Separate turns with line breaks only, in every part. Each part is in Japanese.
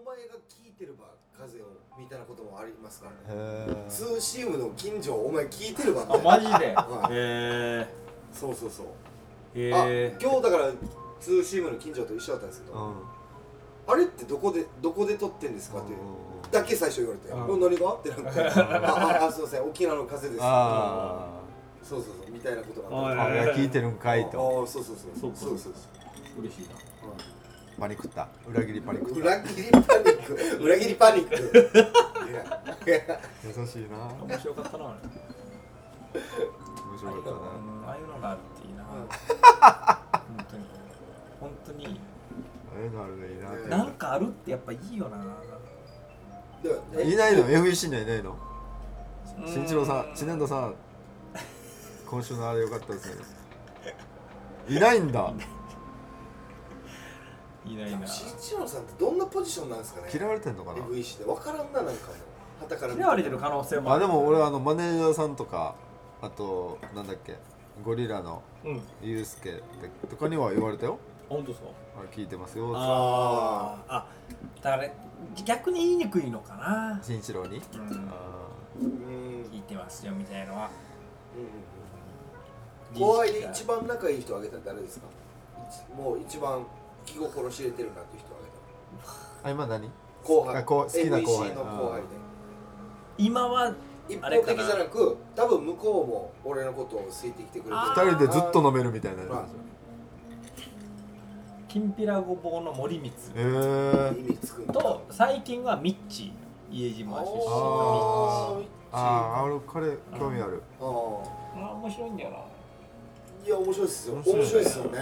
お前が聞いてれば風をみたいなこともありますからね
へ
ツーシームの近所をお前聞いてればみた
あ
いな
マジで
はい
へ
そうそうそう
え
あ
へえ
今日だからツーシームの近所と一緒だったんですけど、あれってどこでどこで撮ってんですかってだけ最初言われて「
うん
お何が?」ってなって「あああすいません沖縄の風です」
あ
そうそうそうみたいなことがあ
あ
っ
あー
て
あれが聞いてるんかいと
ああそうそうそう
そうか
そうそう
嬉しいな
パニクった裏切りパニク
そう
っ
裏切りパニック裏切りパニックいや
た優しいな面
面白かったなあれ
白かったな
うんああいうのがあるっていいな本当に本当に
ああいうのあるのいいなって
なんかあるってやっぱいいよな
だから
いないの FEC にはいないの
うん
新一郎さん知念田さん今週のあれ良かったですねいないんだ
いない
でも
な
新一郎さんってどんなポジションなんですかね
嫌われてんのかな
FEC で分からんななんかもうはから見て
嫌われてる可能性も
あでも
俺
俺あのマネージャーさんとかあとなんだっけゴリラの
うん
ユうスケとかには言われたよ
本当そう
あ聞いてますよ
あーあだから逆に言いにくいのかな、
新一郎に
うん、
あ
うんうん
聞いてますよみたいのは
うん後輩で一番仲いい人あげたら誰ですか一もう一番気心知れてるなっていう人あげたら
ーあ今何
後輩
あこう好きな後輩
NEC の後輩で
今は
一
あ
方
れかな
的じゃなく多分向こうも俺のことを好いてきてくれてる
あー
二人でずっと飲めるみたいなやつ
まあ
きんぴらごぼうの森光
へえ
意味つくんだ
と最近はミッチー家島
あ
出身
ー
の
ー
あーあ俺彼興味ある
あー
ミッチーまあ面白いんだよない
や面白いっすよ面
面白い
白いっすよね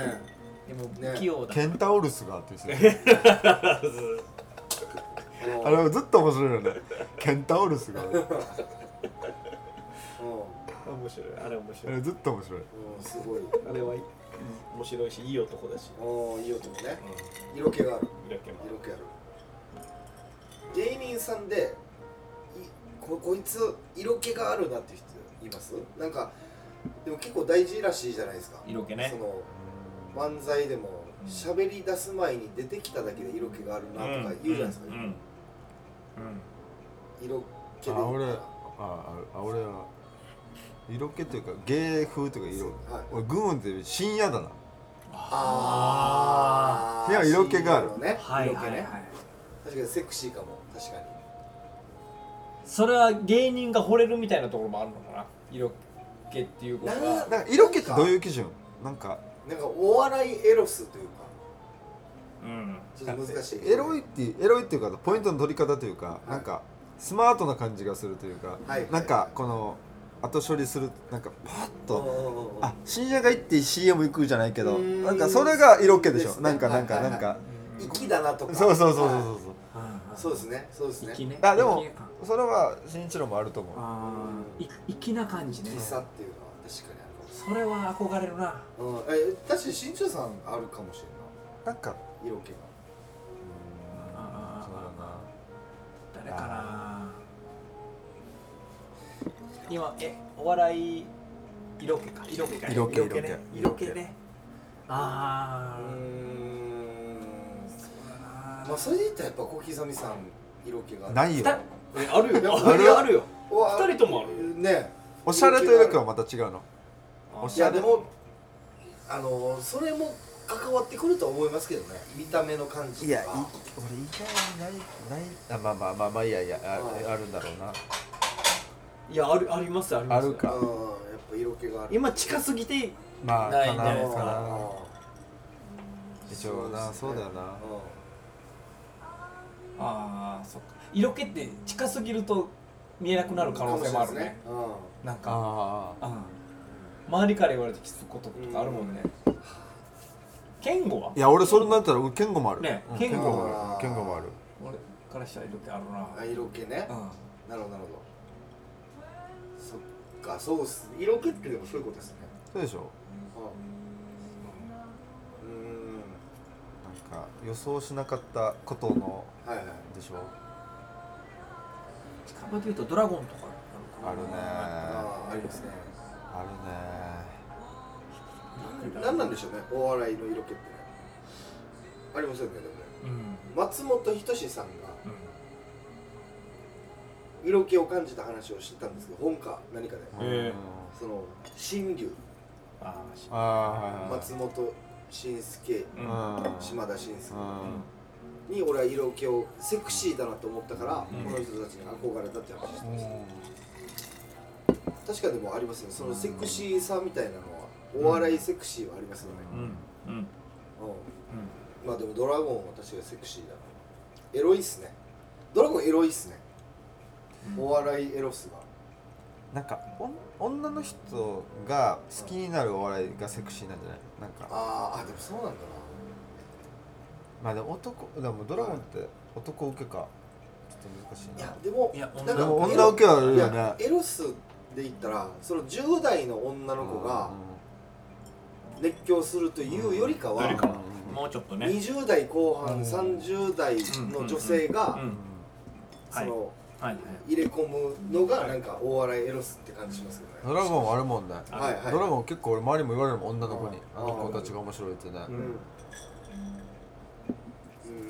でも
ね
不器用だ、
ケンタウルスがって言ってたあれ
うん
はずっと面白いよねケンタウルスがあ
面白いあれ面白
れずっと面白い
うんすごい
あれはいい面白いしいい男だし
おいい音もね色気がある
だけ
色気ある芸人さんでいここいつ色気があるなっていう人いますなんかでも結構大事らしいじゃないですか
色気
そ
ね
の漫才でも
うん
喋り出す前に出てきただけで色気があるなとか言うじゃないですか、
うんうん、うん
色気で
あ俺あああ俺は色気というか芸風というか
はい
色俺グーンって深夜だな
あー
いや色気がある
色気ね、
はい
色
は
気
いは
ね
い
確かにセクシーかも確かに
それは芸人が惚れるみたいなところもあるのかな色気っていうこと
な
が
ん
なんか色気ってどういう基準なんか
なんかお笑いエロスというか
うん
ちょっと難しい
エロいってエロいっていうかポイントの取り方というか、
い
なんかスマートな感じがするというか、
はい
なんかこの後処理するなんかパッ
うん
と、
うんうんうん
あ深夜が行って CM 行くじゃないけど
うーん
なんかそれが色気でし
で
ょ
すね
なんかなんか
はいは
ないんか、
粋だなとか
そうそうそうそう
はいそ
そうそ
うですねそうですね
粋ね
あでも
粋感
うそれは新一郎もあると思う
あーい粋な感じね
喫茶っていうのは確かにあ
それは憧れるな
るかもしれない、うん、え確かに新庄さんあるかもし
なんか
れんない色気が
あー
そうだな
誰かな今えお笑い色気か色気か
色気
ね色
色
気
気
ねあ
うー
ー
ん
あ
まあそれで言ったらやっぱ小刻みさん色気がある
ないよ
だ
えあるよ
あるよ
あるよ
うわ
二人ともあるよ
ね
おしゃれと色気はまた違うのお
い
しゃ
や
れ
でもあのそれも関わってくるとは思いますけどね見た目の感じとか
いやい俺意外にないないあまあまあまあまあいいやいや
はい
ああるんだろうない
やあるありますあります
あるか
うんやっぱ色気がある
今近すぎて
まあ
ない
か
んじゃない
な
ですか
か
うん
な一応な
そ
そうう
ですね
だよな
あーそっか色気って近すぎると見えなくなる可能性もあるね
うんうん
なんか
ああ
うん周りから言われてきつくこととかあるもんね健吾はい
や俺それになったら健吾もある
ね
うん
健吾
もある健吾もある
俺からしたら色気ある
あ色気ねな
なうん
るほどなるほどそっかそうっす色気ってでもそういうことですね
そうでしょ
うんうん
なんか予想しなかったことの
はいはい
でしょ
近場で言うとドラゴンとか
あるね
ああありますね
ある
何なんでしょうねお笑いの色気ってねありますよねでもね
うん
松本人志さんが
うん
色気を感じた話をしてたんですけど本か何かで
へえ
その新竜
ああし
ああはいはい
松本慎介
うん
うん
島田紳介
うん
に俺は色気をセクシーだなと思ったから
うん
この人たちに憧れたって話
う
確かでもありますねそのセクシーさみたいなのはお笑いセクシーはありますよね、
うんうん
うんまあでもドラゴンは確かにセクシーだなエロいっすねドラゴンエロいっすね、
うん
お笑いエロスが
んなんかお女の人が好きになるお笑いがセクシーなんじゃないなんか
あーあでもそうなんだな
まあでも男でもドラゴンって男受けかちょっと難し
い
いな
やでも
いや
なん
で
か
でも
エ
女
ロ
受けはある
い
よ
や
ね
エロスで言ったらその10代の女の子が熱狂するというよりかは、
よりかは
うん
もうちょっとね
20代後半、
うん
30代の女性
う
が、
ん
その、
はいはい
入れ込むのがなんかお笑いエロスって感じしますよね、
ドラゴンあるもんね
あ
はいはい
ドラゴン結構俺周りも言われるもん女の子に
あ
あ
ー
の子たちが面白いってね
うん、うん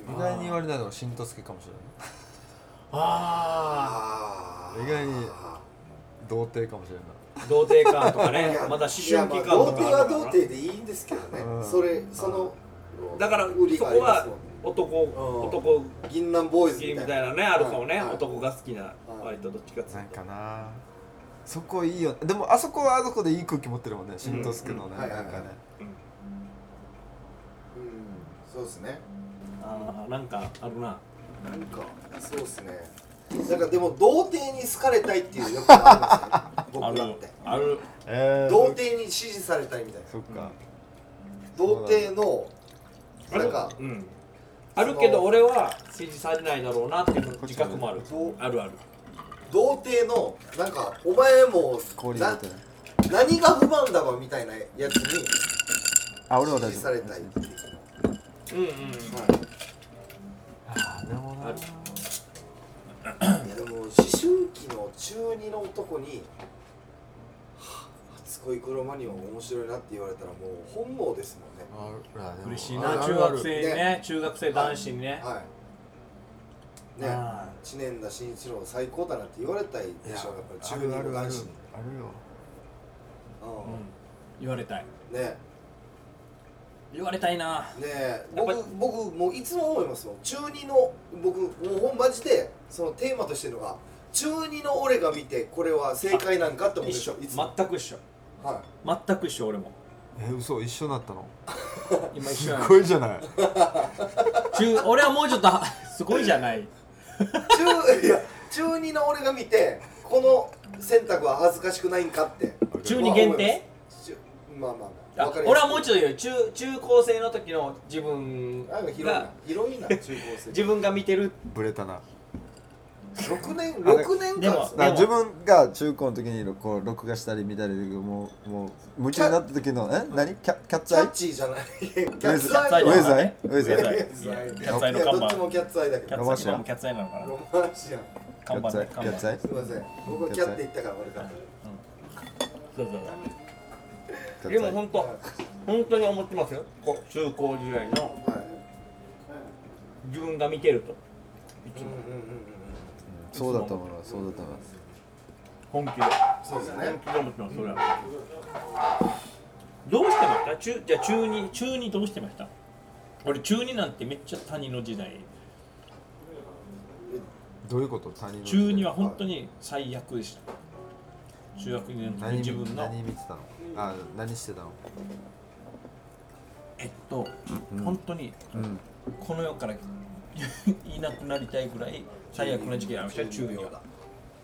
意外に言われないのがしんとすけかもしれない
あ
あー
意外に童貞かもしれない
あ童貞感とか
い
ね
や
まだ思春期感
い
と
や
か
まあ童
ある
貞
から
は童貞でいいんですけどね、
うん
それその
だから
売りがありますもんね
男
うん
男
銀杏ボーイ
好
ズ
きみ
みたい
たい
な
なねあるかもね
はい
男が好きない割とどっちかってい
な
うんと
かなそこいいよでもあそこはあそこでいい空気持ってるもんねしんとすけの
う
ね
ん
な
は
ん
い
か
はいはい
ね
うんそうですね
ああなんかあるな
なんかそうですねなんかでも童貞に好かれたいっていう欲があるんですよ
あ
ね僕
る
だって
ある
えー
童貞に支持されたいみたいな
そっか
童貞の
ある
なんか
うんあるけど俺は支持されないだろうなっていう自覚もある
そう
あるある
童貞のなんかお前も
氷入れ
な
てね
何が不満だわみたいなやつに
あ俺は
支
大
持
丈夫
されたいっていう
うんうん
あーでもな
ある
はいいやでも思春期の中二の男にはぁ初恋クロマニオン面白いなって言われたらもう本望ですもんね
あ俺はでも
嬉しい
ある
な
あ
中
る
学生にね中学生男子にね
はいね
あ
知念田慎一郎最高だなって言われたい
い
で
や
しょやっぱり中
あ
二
るあ
の
るあるあ
男
る
子に
よ
ーうん言われたい
うんね
言われたいな
ねえ
やっぱり
僕僕もういつも思いますもん中二の僕もうほんマジでそのテーマとしてるのが中二の俺が見てこれは正解なんかって思う
一
でしょ
緒
いつも、
全く一緒
は
全く一緒俺も
え嘘一緒だったの
今一
す
緒やん
ごいじゃない
中俺はもうちょっとすごいじゃない
い、中いや 中二の俺が見てこの選択は恥ずかしくないんかって
中二限定
中まあまあまあ
あ
わかりやすい
俺はもうちょっと言うよ中中高生の時の自分
なんか広い
が
な広いな中高生
自分が見てる
ブレたな
6年6年
で
間
も
す
だから自分が中高の時にこう録画したり見たりもうもう夢中になった時のえ何キャキャッ
キ
ツア
ャ
イ
ッチーじゃないキャッ
キャッ
ツ
ツ
ア
ア
イ
イ
だ
ウェザイ
ね
ウェザイ
ウェザイ
ウェザイ
キャッツアイの
いや
看
どっち
板
もキャッツアイだけ
キャ
ど
ッ
ロマ
ツアイ
シア
今もキャッツアイなのか
ロマンシアン
キャ
な看
ッツ
板
アイ
ね
キャ
看
ッ
板
ツアイ
すいません僕はキャッて言ったから悪かった
そうそう
キャッ
そうで
ツア
も
イ
本当本当に思ってますよこう中高時代の
はい
自分が見てるといつ
うんうんう
も
ん
そうだと思うわそうだと思う
本気で
そうですね
本気で思ってますそれはどうしてました中じゃあ中二中二どうしてました俺中二なんてめっちゃ谷の時代
どういうこと他人の
中二は本当に最悪でした中学2年の時に
何
自分の
何見てたのあ何してたの
えっと、本当に
うん
この世から いなくなりたいぐらい最悪な時期がありましたよ中二は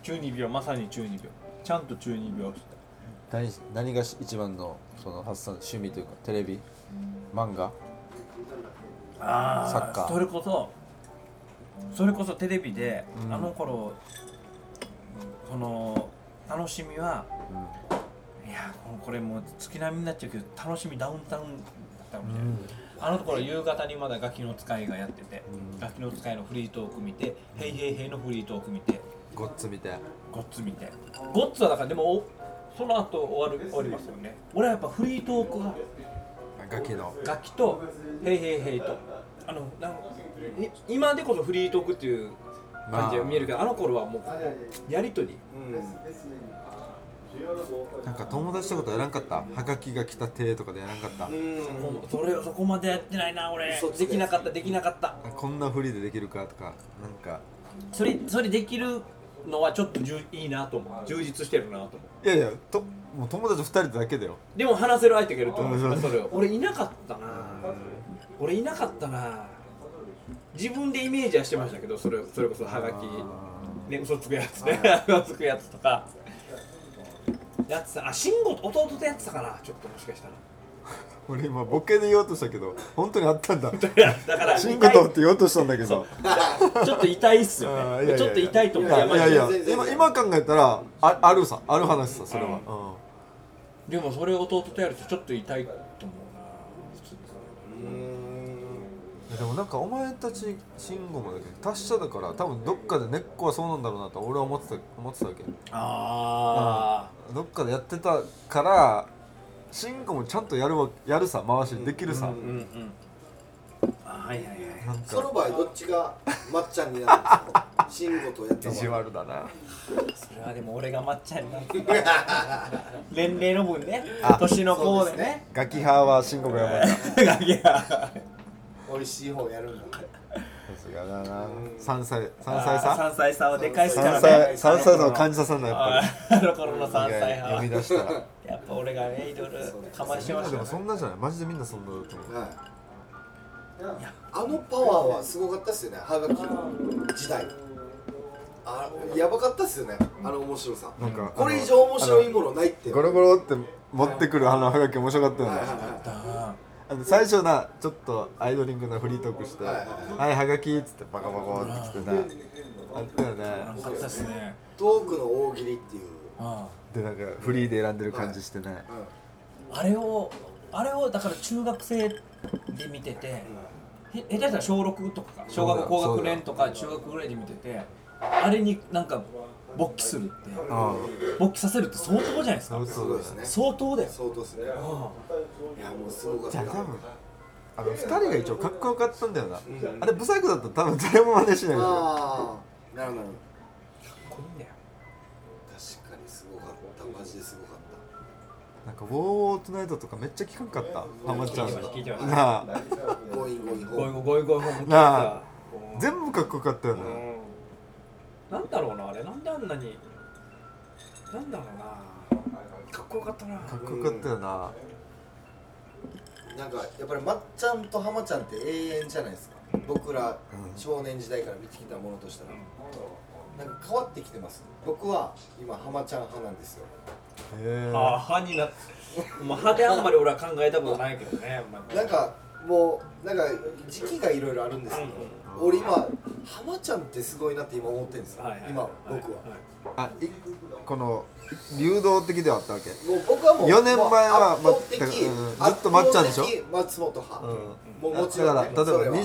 中二病まさに中二病ちゃんと中二病した
何何がし一番のその発散趣味というかテレビ漫画
あ
サッカー
それこそそれこそテレビで、
うん
あの頃その楽しみはいやもうこれもう月並みになっちゃうけど楽しみダウンタウンだったかもしれない、あの頃夕方にまだガキの使いがやってて、
うん
ガキの使いのフリートーク見て「ヘイヘイヘイ」のフリートーク見て
ごっつ見て
ゴッツ見てゴッツはだからでもおその後終わる終わりますよね俺はやっぱフリートークが
ガキの
楽器と「ヘイヘイヘイと」あのなん
に今でこそフリートークっていう感じが見えるけどあの頃はもうこ
はいはいはいう
やりとり
うん
別にあー
なんか友達とかとやらんかったはがきが来た手とかでやらんかった
うん
もうそれそこまでやってないな俺
嘘つけ
できなかったできなかった
こんなふりでできるかとかなんか
それそれできるのはちょっとじゅいいなと思う充実してるなと思
いやいやともう友達2人だけだよ
うでも話せる相手がいると思
う
うんそれを俺いなかったな俺いなかったな自分でイメージはしてましたけどそれそれこそハガキね嘘つくやつね 嘘つくやつとかやってたあ慎吾と弟とやってたかなちょっともしかしたら
俺今ボケで言おうとしたけど本当にあったんだ
いやだから
シンゴとって言おうとしたんだけど
ちょっと痛いっす
あ
よ
ー
ね。ちょっと痛いと思う。
いやいやいや
全然全
今
然
今考えたらああるさある話さそれは、
でもそれを弟とやるとちょっと痛いと思うな。普通
う
に
んでもなんかお前たち慎吾もだけど達者だから多分どっかで根っこはそうなんだろうなと俺は思ってた思ってたわけ
あ
どっかでやってたから慎吾もちゃんとやるわやるさ回しできるさ、
うん
あ。うんうん。あーはいはいはい。
なん
その
か
場合どっちがまっちゃんになるんですか慎吾とやった
意地
場合
悪だな
それはでも俺がまっちゃんにな る。年齢の分ね
あ。
年の方でね。
ガキ派は慎吾がやばいなさ
い や
美味しい方やるんだね
すがだな
うん
3歳3
あ
歳
ー
差
三歳差はでかいっすから
3
ね。
歳三歳差を感じさせんなやっ
あーあの頃の
ぱ
三
り
歳
呼び
派。
出したら
やっぱ俺がねいろいろかましてまし
で
た
も
ね。
そんなじゃないマジでみんなそんなだと思う
はい
いや
あのパワーはすごかったっすよねハガキ時代あやばかったっすよねあの面白さ
なんか
これ以上面白いものないって
ゴロゴロって持ってくるあのハガキ面白かったよ
はい
ね
はいは
あ
あの最初なちょっとアイドリングなフリートークして「
はい
はいハガキ」っつってバカバカってきてなあったよ
ーあ
ね
の方ですね。
いトークの大喜利っていう、
あー
でなんかフリーで選んでる感じしてね
うん
あれをあれをだから中学生で見ててへ下手したら小6とかか小学校高学年とか中学ぐらいで見ててあれになんか勃起するって
あ
勃起させるって相当じゃないです
あ
か
す
そう
ごい
で
ですす
ね
ね
相当だよ
相当ですねいやもうすごかっ
じゃ
た
あ多分あの2人が一応かっこよかったんだよな
うん
あれブサイクだったら多分誰も真似しないよ
ああなるほどなるほど
こいいんだよ
確かにすごかったマジですごかっ
なんか「ウォーウォートゥナイト」とかめっちゃ聞かんかったハマちゃん
聞いてました
なあ
たゴイゴイ
ご
ゴ
い
イ
ごいごいごいごい
なあ全部かっこよかったよ
う
ね
んなんだろうなあれなんであんなになんだろうなかっこよかったな
かっこよかったよな
なんかやっぱりまっちゃんとハマちゃんって永遠じゃないですか僕ら
うん
少年時代から見てきたものとしたらなんか変わってきてます僕は今ハマちゃん派なんですよ
へ
あー
え
歯になっまあ歯であんまり俺は考えたことないけどねまあ
なんかもうなんか時期がいろいろあるんですけど、俺今ハマちゃんってすごいなって今思ってるんですよ、
はいはい
今僕は、
いい
あいこの流動的ではあったわけ
もう僕はもう
4年前は
もう圧倒
ま
的、
うんずっとまっちゃんでしょ
圧倒的松本派、もうもち
だ
ろ
か
ん、
ら
ね、
例え
それ
ば
は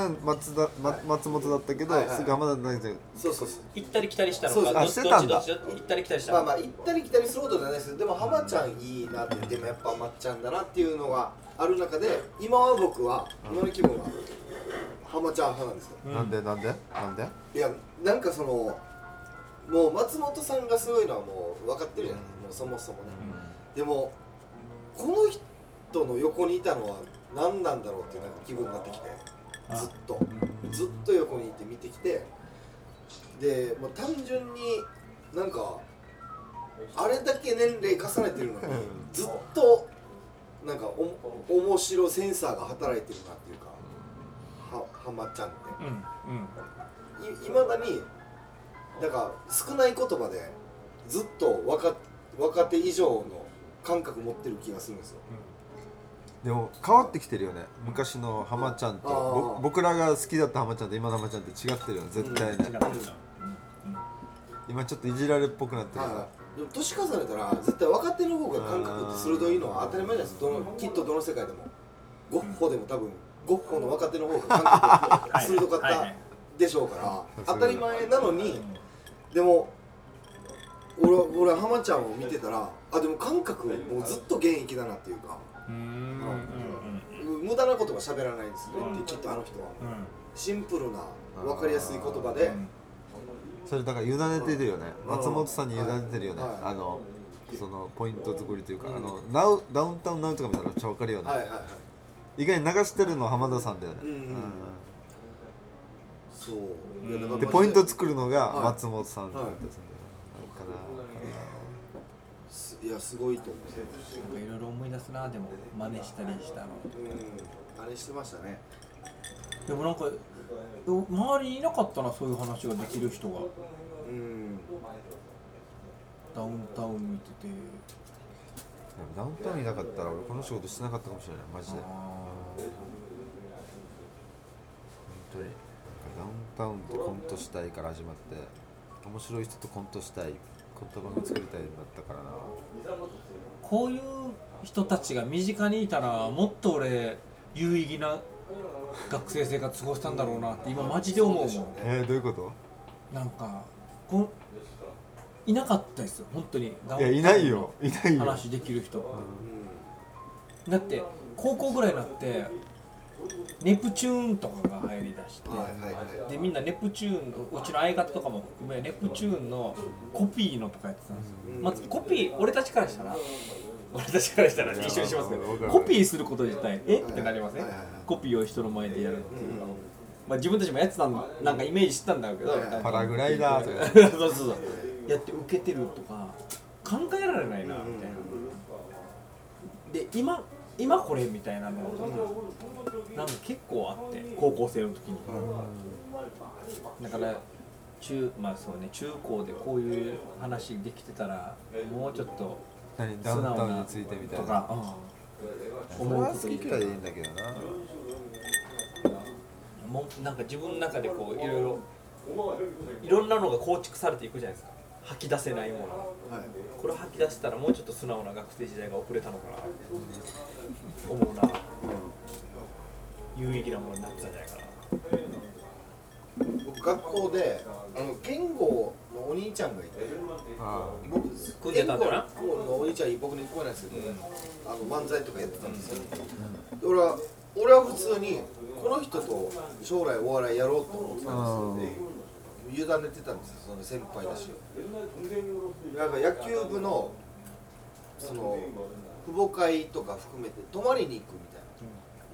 25年松田ま松本だったけど、
はいはい
すぐ浜田大臣
そうそうそう
行ったり来たりしたの
そうそう
あ
かど
してたんだ
どっちどっちどっち行ったり来たりした
まあ
の
まあ行ったり来たりするほどじゃないですけどでもハマちゃんいいなってでもやっぱまっちゃんだなっていうのがある中で今は僕は今の気分はハマちゃん派なんですよ
なんでなんでなんで
いやなんかそのもう松本さんがすごいのはもう分かってるじゃない、もうそもそもね、でもこの人の横にいたのは何なんだろうっていうなんか気分になってきてずっとずっと横にいて見てきてでもう単純になんかあれだけ年齢重ねてるのに
うん
ずっとなんかお面白センサーが働いてるなっていうかははまっちゃんって。
うんうん
いいまだになんか少ない言葉でずっと若若手以上の感覚持ってる気がするんですよ
でも変わってきてるよね昔の浜ちゃんと
あー
ぼ僕らが好きだった浜ちゃんと今の浜ちゃんって違ってるよね絶対ね、今ちょっといじられっぽくなってるさ、
はいでも年重ねたら絶対若手の方が感覚って鋭いのは当たり前じゃないですかどのきっとどの世界でもゴッホでも多分ゴッホの若手の方が感覚鋭かっ
はいはい
たでしょうから
うん
当たり前なのにでも俺は俺は浜ちゃんを見てたらあでも感覚もうずっと現役だなっていうか。
うんうんうん
無駄なことは喋らないんですねってきっとあの人はシンプルな分かりやすい言葉で
それだから委ねてるよね
うん
松本さんに委ねてるよね
はい
あのそのポイント作りというか
うん
あのナウダウンタウンナウとか見たらめっちゃ分かるよね
はいはいはい
意外に流してるのは浜田さんだよね
うんうんそういやだか
う
ら
んでポイント
マジ
作るのが
はい
松本さんってことですねなんか
ですいやすごいと思
なんかいろいろ思い出すなでも真似したりしたの
ううんあれしてましたね
でもなんか周りにいなかったなそういう話ができる人が
うん
ダウンタウン見てて
なダウンタウンいなかったら俺この仕事してなかったかもしれないマジで本
あ
当にダウンタウンとコントしたいから始まって面白い人とコントしたいコント番組作りたいんだったからな
ーこういう人たちが身近にいたらもっと俺有意義な学生生活過ごしたんだろうなって今マジで思うもん
えー、どういうこと
なんかこんいなかったですよ本当に
いやいないよいないよ
話できる人
う
だって高校ぐらいになってネプチューンとかが流行りだして、
んはいはいはい
でみんなネプチューンのうちの相方とかも含めネプチューンのコピーのとかやってたんですよ、
うん
まあ、コピー俺たちからしたら俺たちからしたら一緒にしますけどコピーすること自体えってなりません、
はいはいはい
コピーを人の前でやるっていうの
うん
まあ、自分たちもやってたんなんかイメージしてたんだろうけど、
はいはい
パラグライダーとか
そうそうそうやって受けてるとか考えられないなみたいな、で今今これみたいなのなんか結構あって高校生の時に、だから中まあそうね中高でこういう話できてたらもうちょっと
何ダ
素
ウンタ
直
ウン
な
についてみたい
と
な
か、うん
俺
思う
は
こ
好
と
き
言
嫌い
っ
でい
て
いんだけどな
もうなんか自分の中でこういろいろいろんなのが構築されていくじゃないですか吐き出せないものが
はい
これを吐き出したらもうちょっと素直な学生時代が遅れたのかなって思うな有意義なものになってたんじゃないかな
僕学校であの言語のお兄ちゃんがいて
あ
僕
組んでたんだな
言語のお兄ちゃん僕に聞こえないですけど、あの漫才とかやってたんですよ、で俺は俺は普通にこの人と将来お笑いやろうと思ってたんですよで委ねてたんですよその先輩だしをなんか野球部のその父母会とか含めて泊まりに行くみたい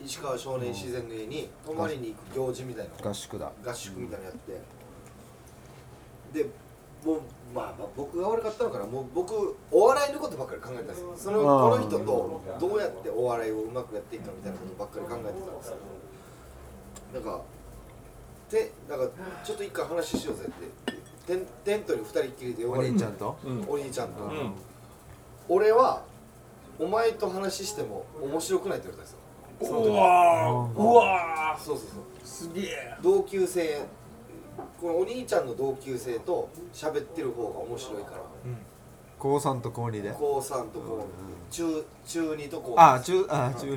な石川少年自然の家に泊まりに行く行事みたいなのが
合宿だ
合宿みたいなのやってでもうまあまあ僕が悪かったのかなもう僕お笑いのことばっかり考えてたんですよその
あ
こ
ー
の人とどうやってお笑いをうまくやっていくかみたいなことばっかり考えてたんですよなんかてなんかちょっと一回話しようぜってテンテントに二人っきりでお
お
笑い
兄ちゃんと
うん
お兄ちゃんと、
うん
俺はお前と話しても面白くないって言われたんですよ
うわーうわ
そうそうそう
ーすげえ
同級生このお兄ちゃんの同級生と喋ってる方が面白いから
高三と高二で
高3とこう中中2とこう
あ中あ
だ
中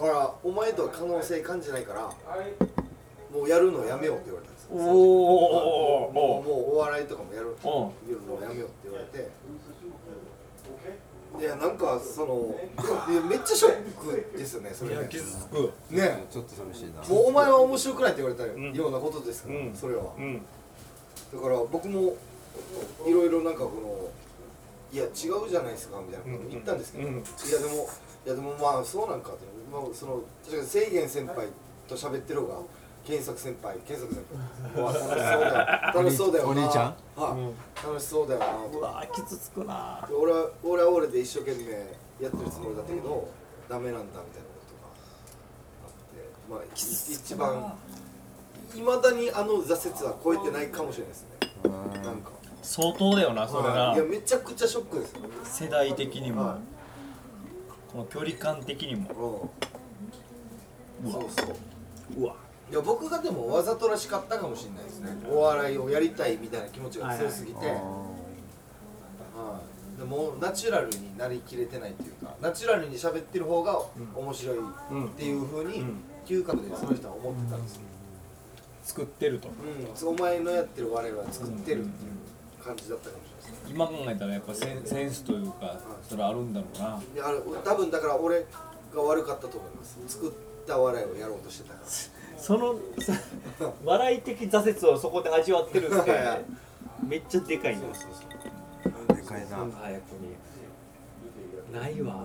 からお前とは可能性感じないからもうやるのやめようって言われたんですよ
お
もうも
お
うお笑いとかもやる
お
言うのやめようって言われていやなんかそのいやめっちゃショックですよねそ
い
れ
や
ね
傷つく
ね
ちょっと寂しいな
もうお前は面白くないって言われたよ,、
ん
ようなことですから、
うん
それは
うん
だから僕もいろいろなんかこのいや違うじゃないですかみたいなこと言ったんですけど、
うんうん
いやでもいやでもまあそうなんかと、まあ、その確かに制限先輩と喋ってる方が健作先輩健作先輩うわ楽しそうだよ楽しそうだよな
お兄ちゃん
はい楽しそうだよな
う
とか
わー傷つくな
で俺は俺は俺で一生懸命やってるつもりだったけどダメなんだみたいなことがあってまあい一番いまだにあの挫折は超えてないかもしれないですねなんか
相当だよなそれ
は
ない
いやめちゃくちゃショックですよ、
世代的にも
は
この距離感的にも
い、そうそう
うわ
いや僕がでもわざとらしかったかもしれないですねお笑いをやりたいみたいな気持ちが強すぎて、はいでもナチュラルになりきれてないっていうかナチュラルに喋ってる方が面白いっていうふうに
うん
嗅覚でその人は思ってたんですよ、
作ってると
うんそうお前のやってる我々は作ってるっていう感じだったかもしれないですね
今考えたらやっぱセンセンスというかそれあるんだろうな い
やあれ多分だから俺が悪かったと思います作った笑いをやろうとしてたから
その さ笑い的挫折をそこで味わってるってめっちゃでかいんだ
でかいな
早くにないわ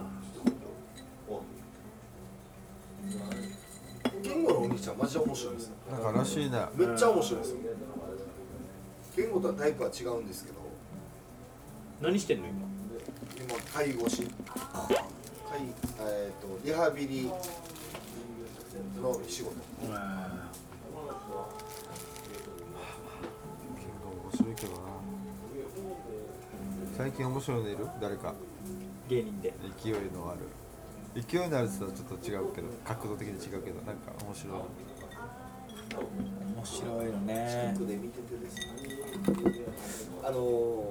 言語のお兄ちゃんマジで面白いですよ
なんからしいね
めっちゃ面白いですよ言語とはタイプは違うんですけど
何してんの今
今介護士介、えー、とリハビリの仕事
結構面白いけどな最近面白いのいる誰か
芸人で
勢いのある勢いのあるって言ったらちょっと違うけど角度的に違うけどなんか面白いの
面白いよ
近
ね
くで見ててですねあのー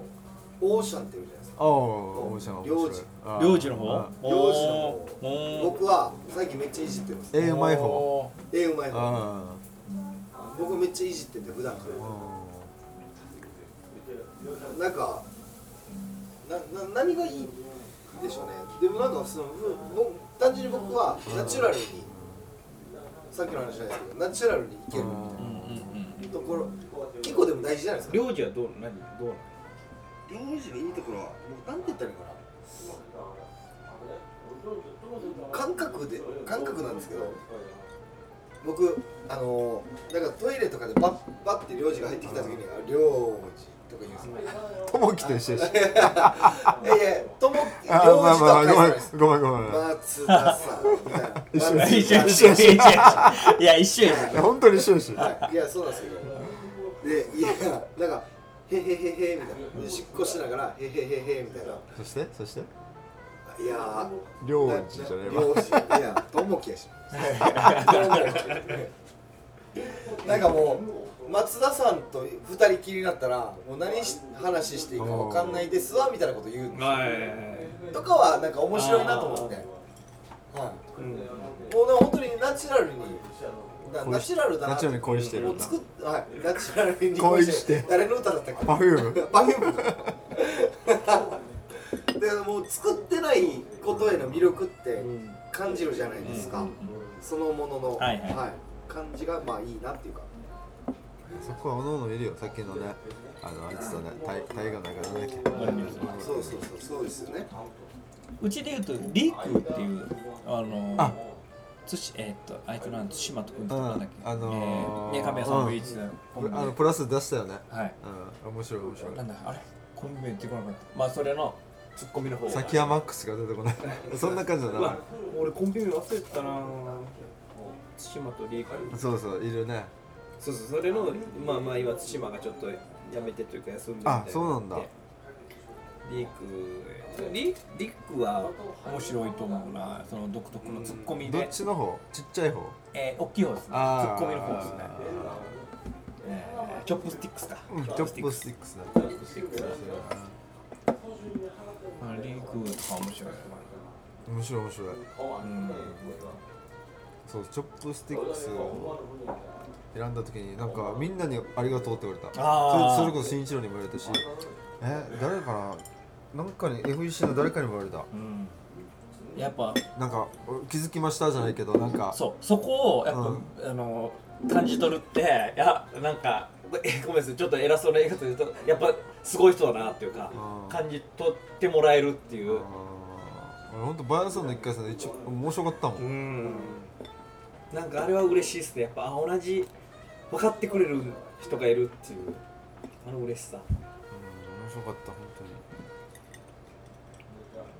オーシャンっていうじゃないですか
ああ面白い面白いああ
領事の
あ
方
領事の方
おー
僕は最近めっちゃいじってます
えうまい方
お
絵うまい方
あ
僕めっちゃいじってて普段か
あ
らなんかなな何がいいんでしょうねでもなんかそのふ僕単純に僕はナチュラルにさっきの話じゃないですけどナチュラルにいける
ーうんうんうん
ところ一個でも大事じゃないですか
領事はどう何どうなの
両事のいいところはもうなんて言ったらいいのかな感覚で感覚なんですけど僕あのなんかトイレとかでバッバッて領事が入ってきた時に「領事」とか言うんですよ
ともきと一緒でし
いやいやとも領事と
ああまあま
は
あ
返さ
ご
ない
めん
です
ごめんごめん
松田さんみたいな
一緒
松 田
一緒一緒一緒いや一緒や
いや本当に一緒でしょ
はいいやそうなんですけどでいやなんか「へへへへ」みたいなでしっこしながら「へへへへ」みたいな
そしてそして
いやー
領事じゃねえわ
領事いや、ともきやし。なんかもう、松田さんと二人きりになったら、もう何し話していいかわかんないですわみたいなこと言うんですよとかは、なんか面白いなと思って。はい。もう、ね、本当にナチュラルに。なナチュラルだな。
ナチュラルに恋してる
もう作っ、はい、ナチュラルに
恋して
誰の歌だったっけ。
パフューム
バフュームでもう作ってないことへの魅力って感じるじゃないですか、そのものの、
はいはい
感じがまあいいなっていうか
そこはおのおのいるよさっきのねあのあいつとねタイタイガーなんかなんだっけ
そうそうそうそうですよね
うちでいうとリークっていうあの
あ
つしえーっとあいつなん対馬と君とかなんだっけ
うんあのー
えーね亀屋さんも唯一のコンビ
あのプラス出したよね
はい
うん面白い面白い
なんだあれコンビ名言ってこなかったまあそれの
ツッコミの方
先はマックスが出てこないそんな感じだ
うわ
な
俺コンビ名忘れてたな対馬とリーカ
そうそういるね
そうそうそれのまあまあ今対馬がちょっとやめてというか休んでみたい
あそうなんだ
でリークリリークは
面白いと思うなその独特のツッコミ
どっ
で、
ちの方ちっちゃい方
えー、大きい方ですねツ
あー
ッコミの方ですね、えー、チョップスティックスか、
うんチョップスティックスだ
チョップスティックスあリークとか面白い
面白い面白い
うん
そうチョップスティックスを選んだ時になんかみんなにありがとうって言われた
あー
それそれこそ新一郎にも言われたしえ誰かななんかに FEC の誰かにも言われた
うんやっぱ
なんか気づきましたじゃないけどなんか
そうそこをやっぱ、あの感じ取るっていやなんかえごめんなさいちょっと偉そうな言い方で言うとやっぱすごい人だなっていうか
うん
感じ取ってもらえるっていう
あー俺ほんとバイアさんの一回戦で一番面白かったも
うんんなんかあれは嬉しいですねやっぱあ同じ分かってくれる人がいるっていうあの嬉しさ
うん面白かった本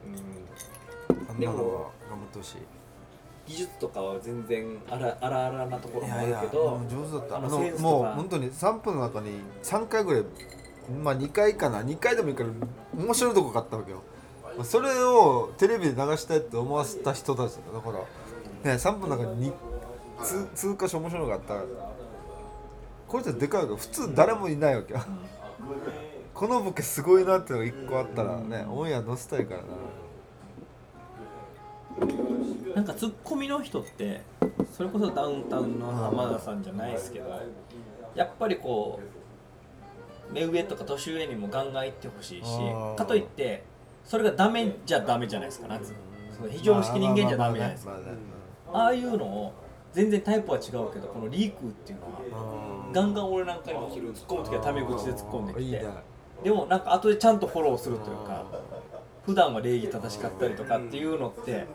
うん
当に
で
あん
も
なのは頑張ってほしい
技術とかは全然あらあらあらなところ
い
もあ
やい
る
や
け
も
ど
う上手だったあ
あの
の
センスとか
もう本当に3分の中に3回ぐらいまあ2回かな2回でもいいから面白いとこがあったわけよまあそれをテレビで流したいって思わせた人たちだだから、ね、3分の中に通通過し面白いのがあったこいつはでかいわけよ普通誰もいないわけよこのボケすごいなっていうのが1個あったらねオンエア載せたいからな
なんかツッコミの人ってそれこそダウンタウンの浜田さんじゃないですけどやっぱりこう目上とか年上にもガンガン行ってほしいし
あー
かといってそれがダメじゃダメじゃないですかなんつうのその非常識人間じゃダメじゃないですか
まあまあまあまあね
ああいうのを全然タイプは違うけどこのリークっていうのはガンガン俺なんかにも突っ込む時はタメ口で突っ込んでき
いい
て
な
でもなんか後でちゃんとフォローするというか普段は礼儀正しかったりとかっていうのって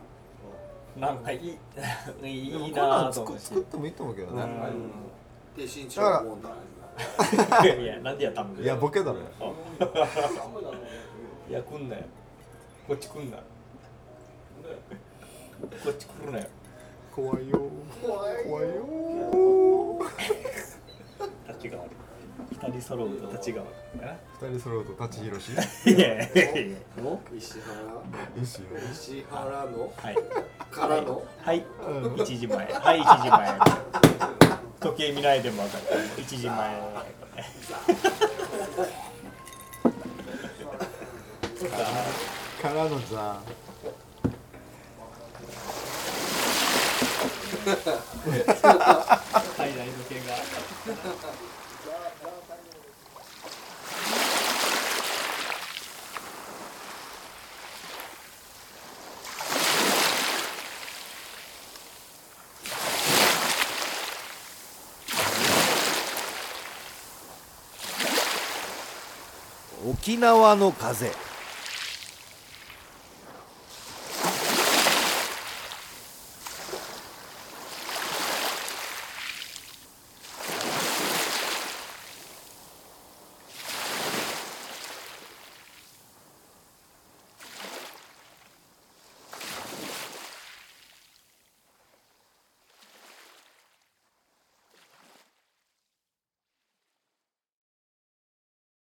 なんかい いい
でも
い
こんな
なぁ
ん
と
作
思うし
作ってもいいと思うけどね、
で新一は思うんだ
いやなんでやったん
いやボケだろ
いや来んなよこっち来んなよこっち来るなよ
怖いよ怖いよ
立ちが悪い二人揃うと立ちが悪いか
二人揃うと舘ひろし
ないやいやいや
の石原
ですよ
石原の
はい
からの
はい
うん
1時前はい1時前時計見ないでも分かる1時前
からのさ
体内時計が
沖縄の風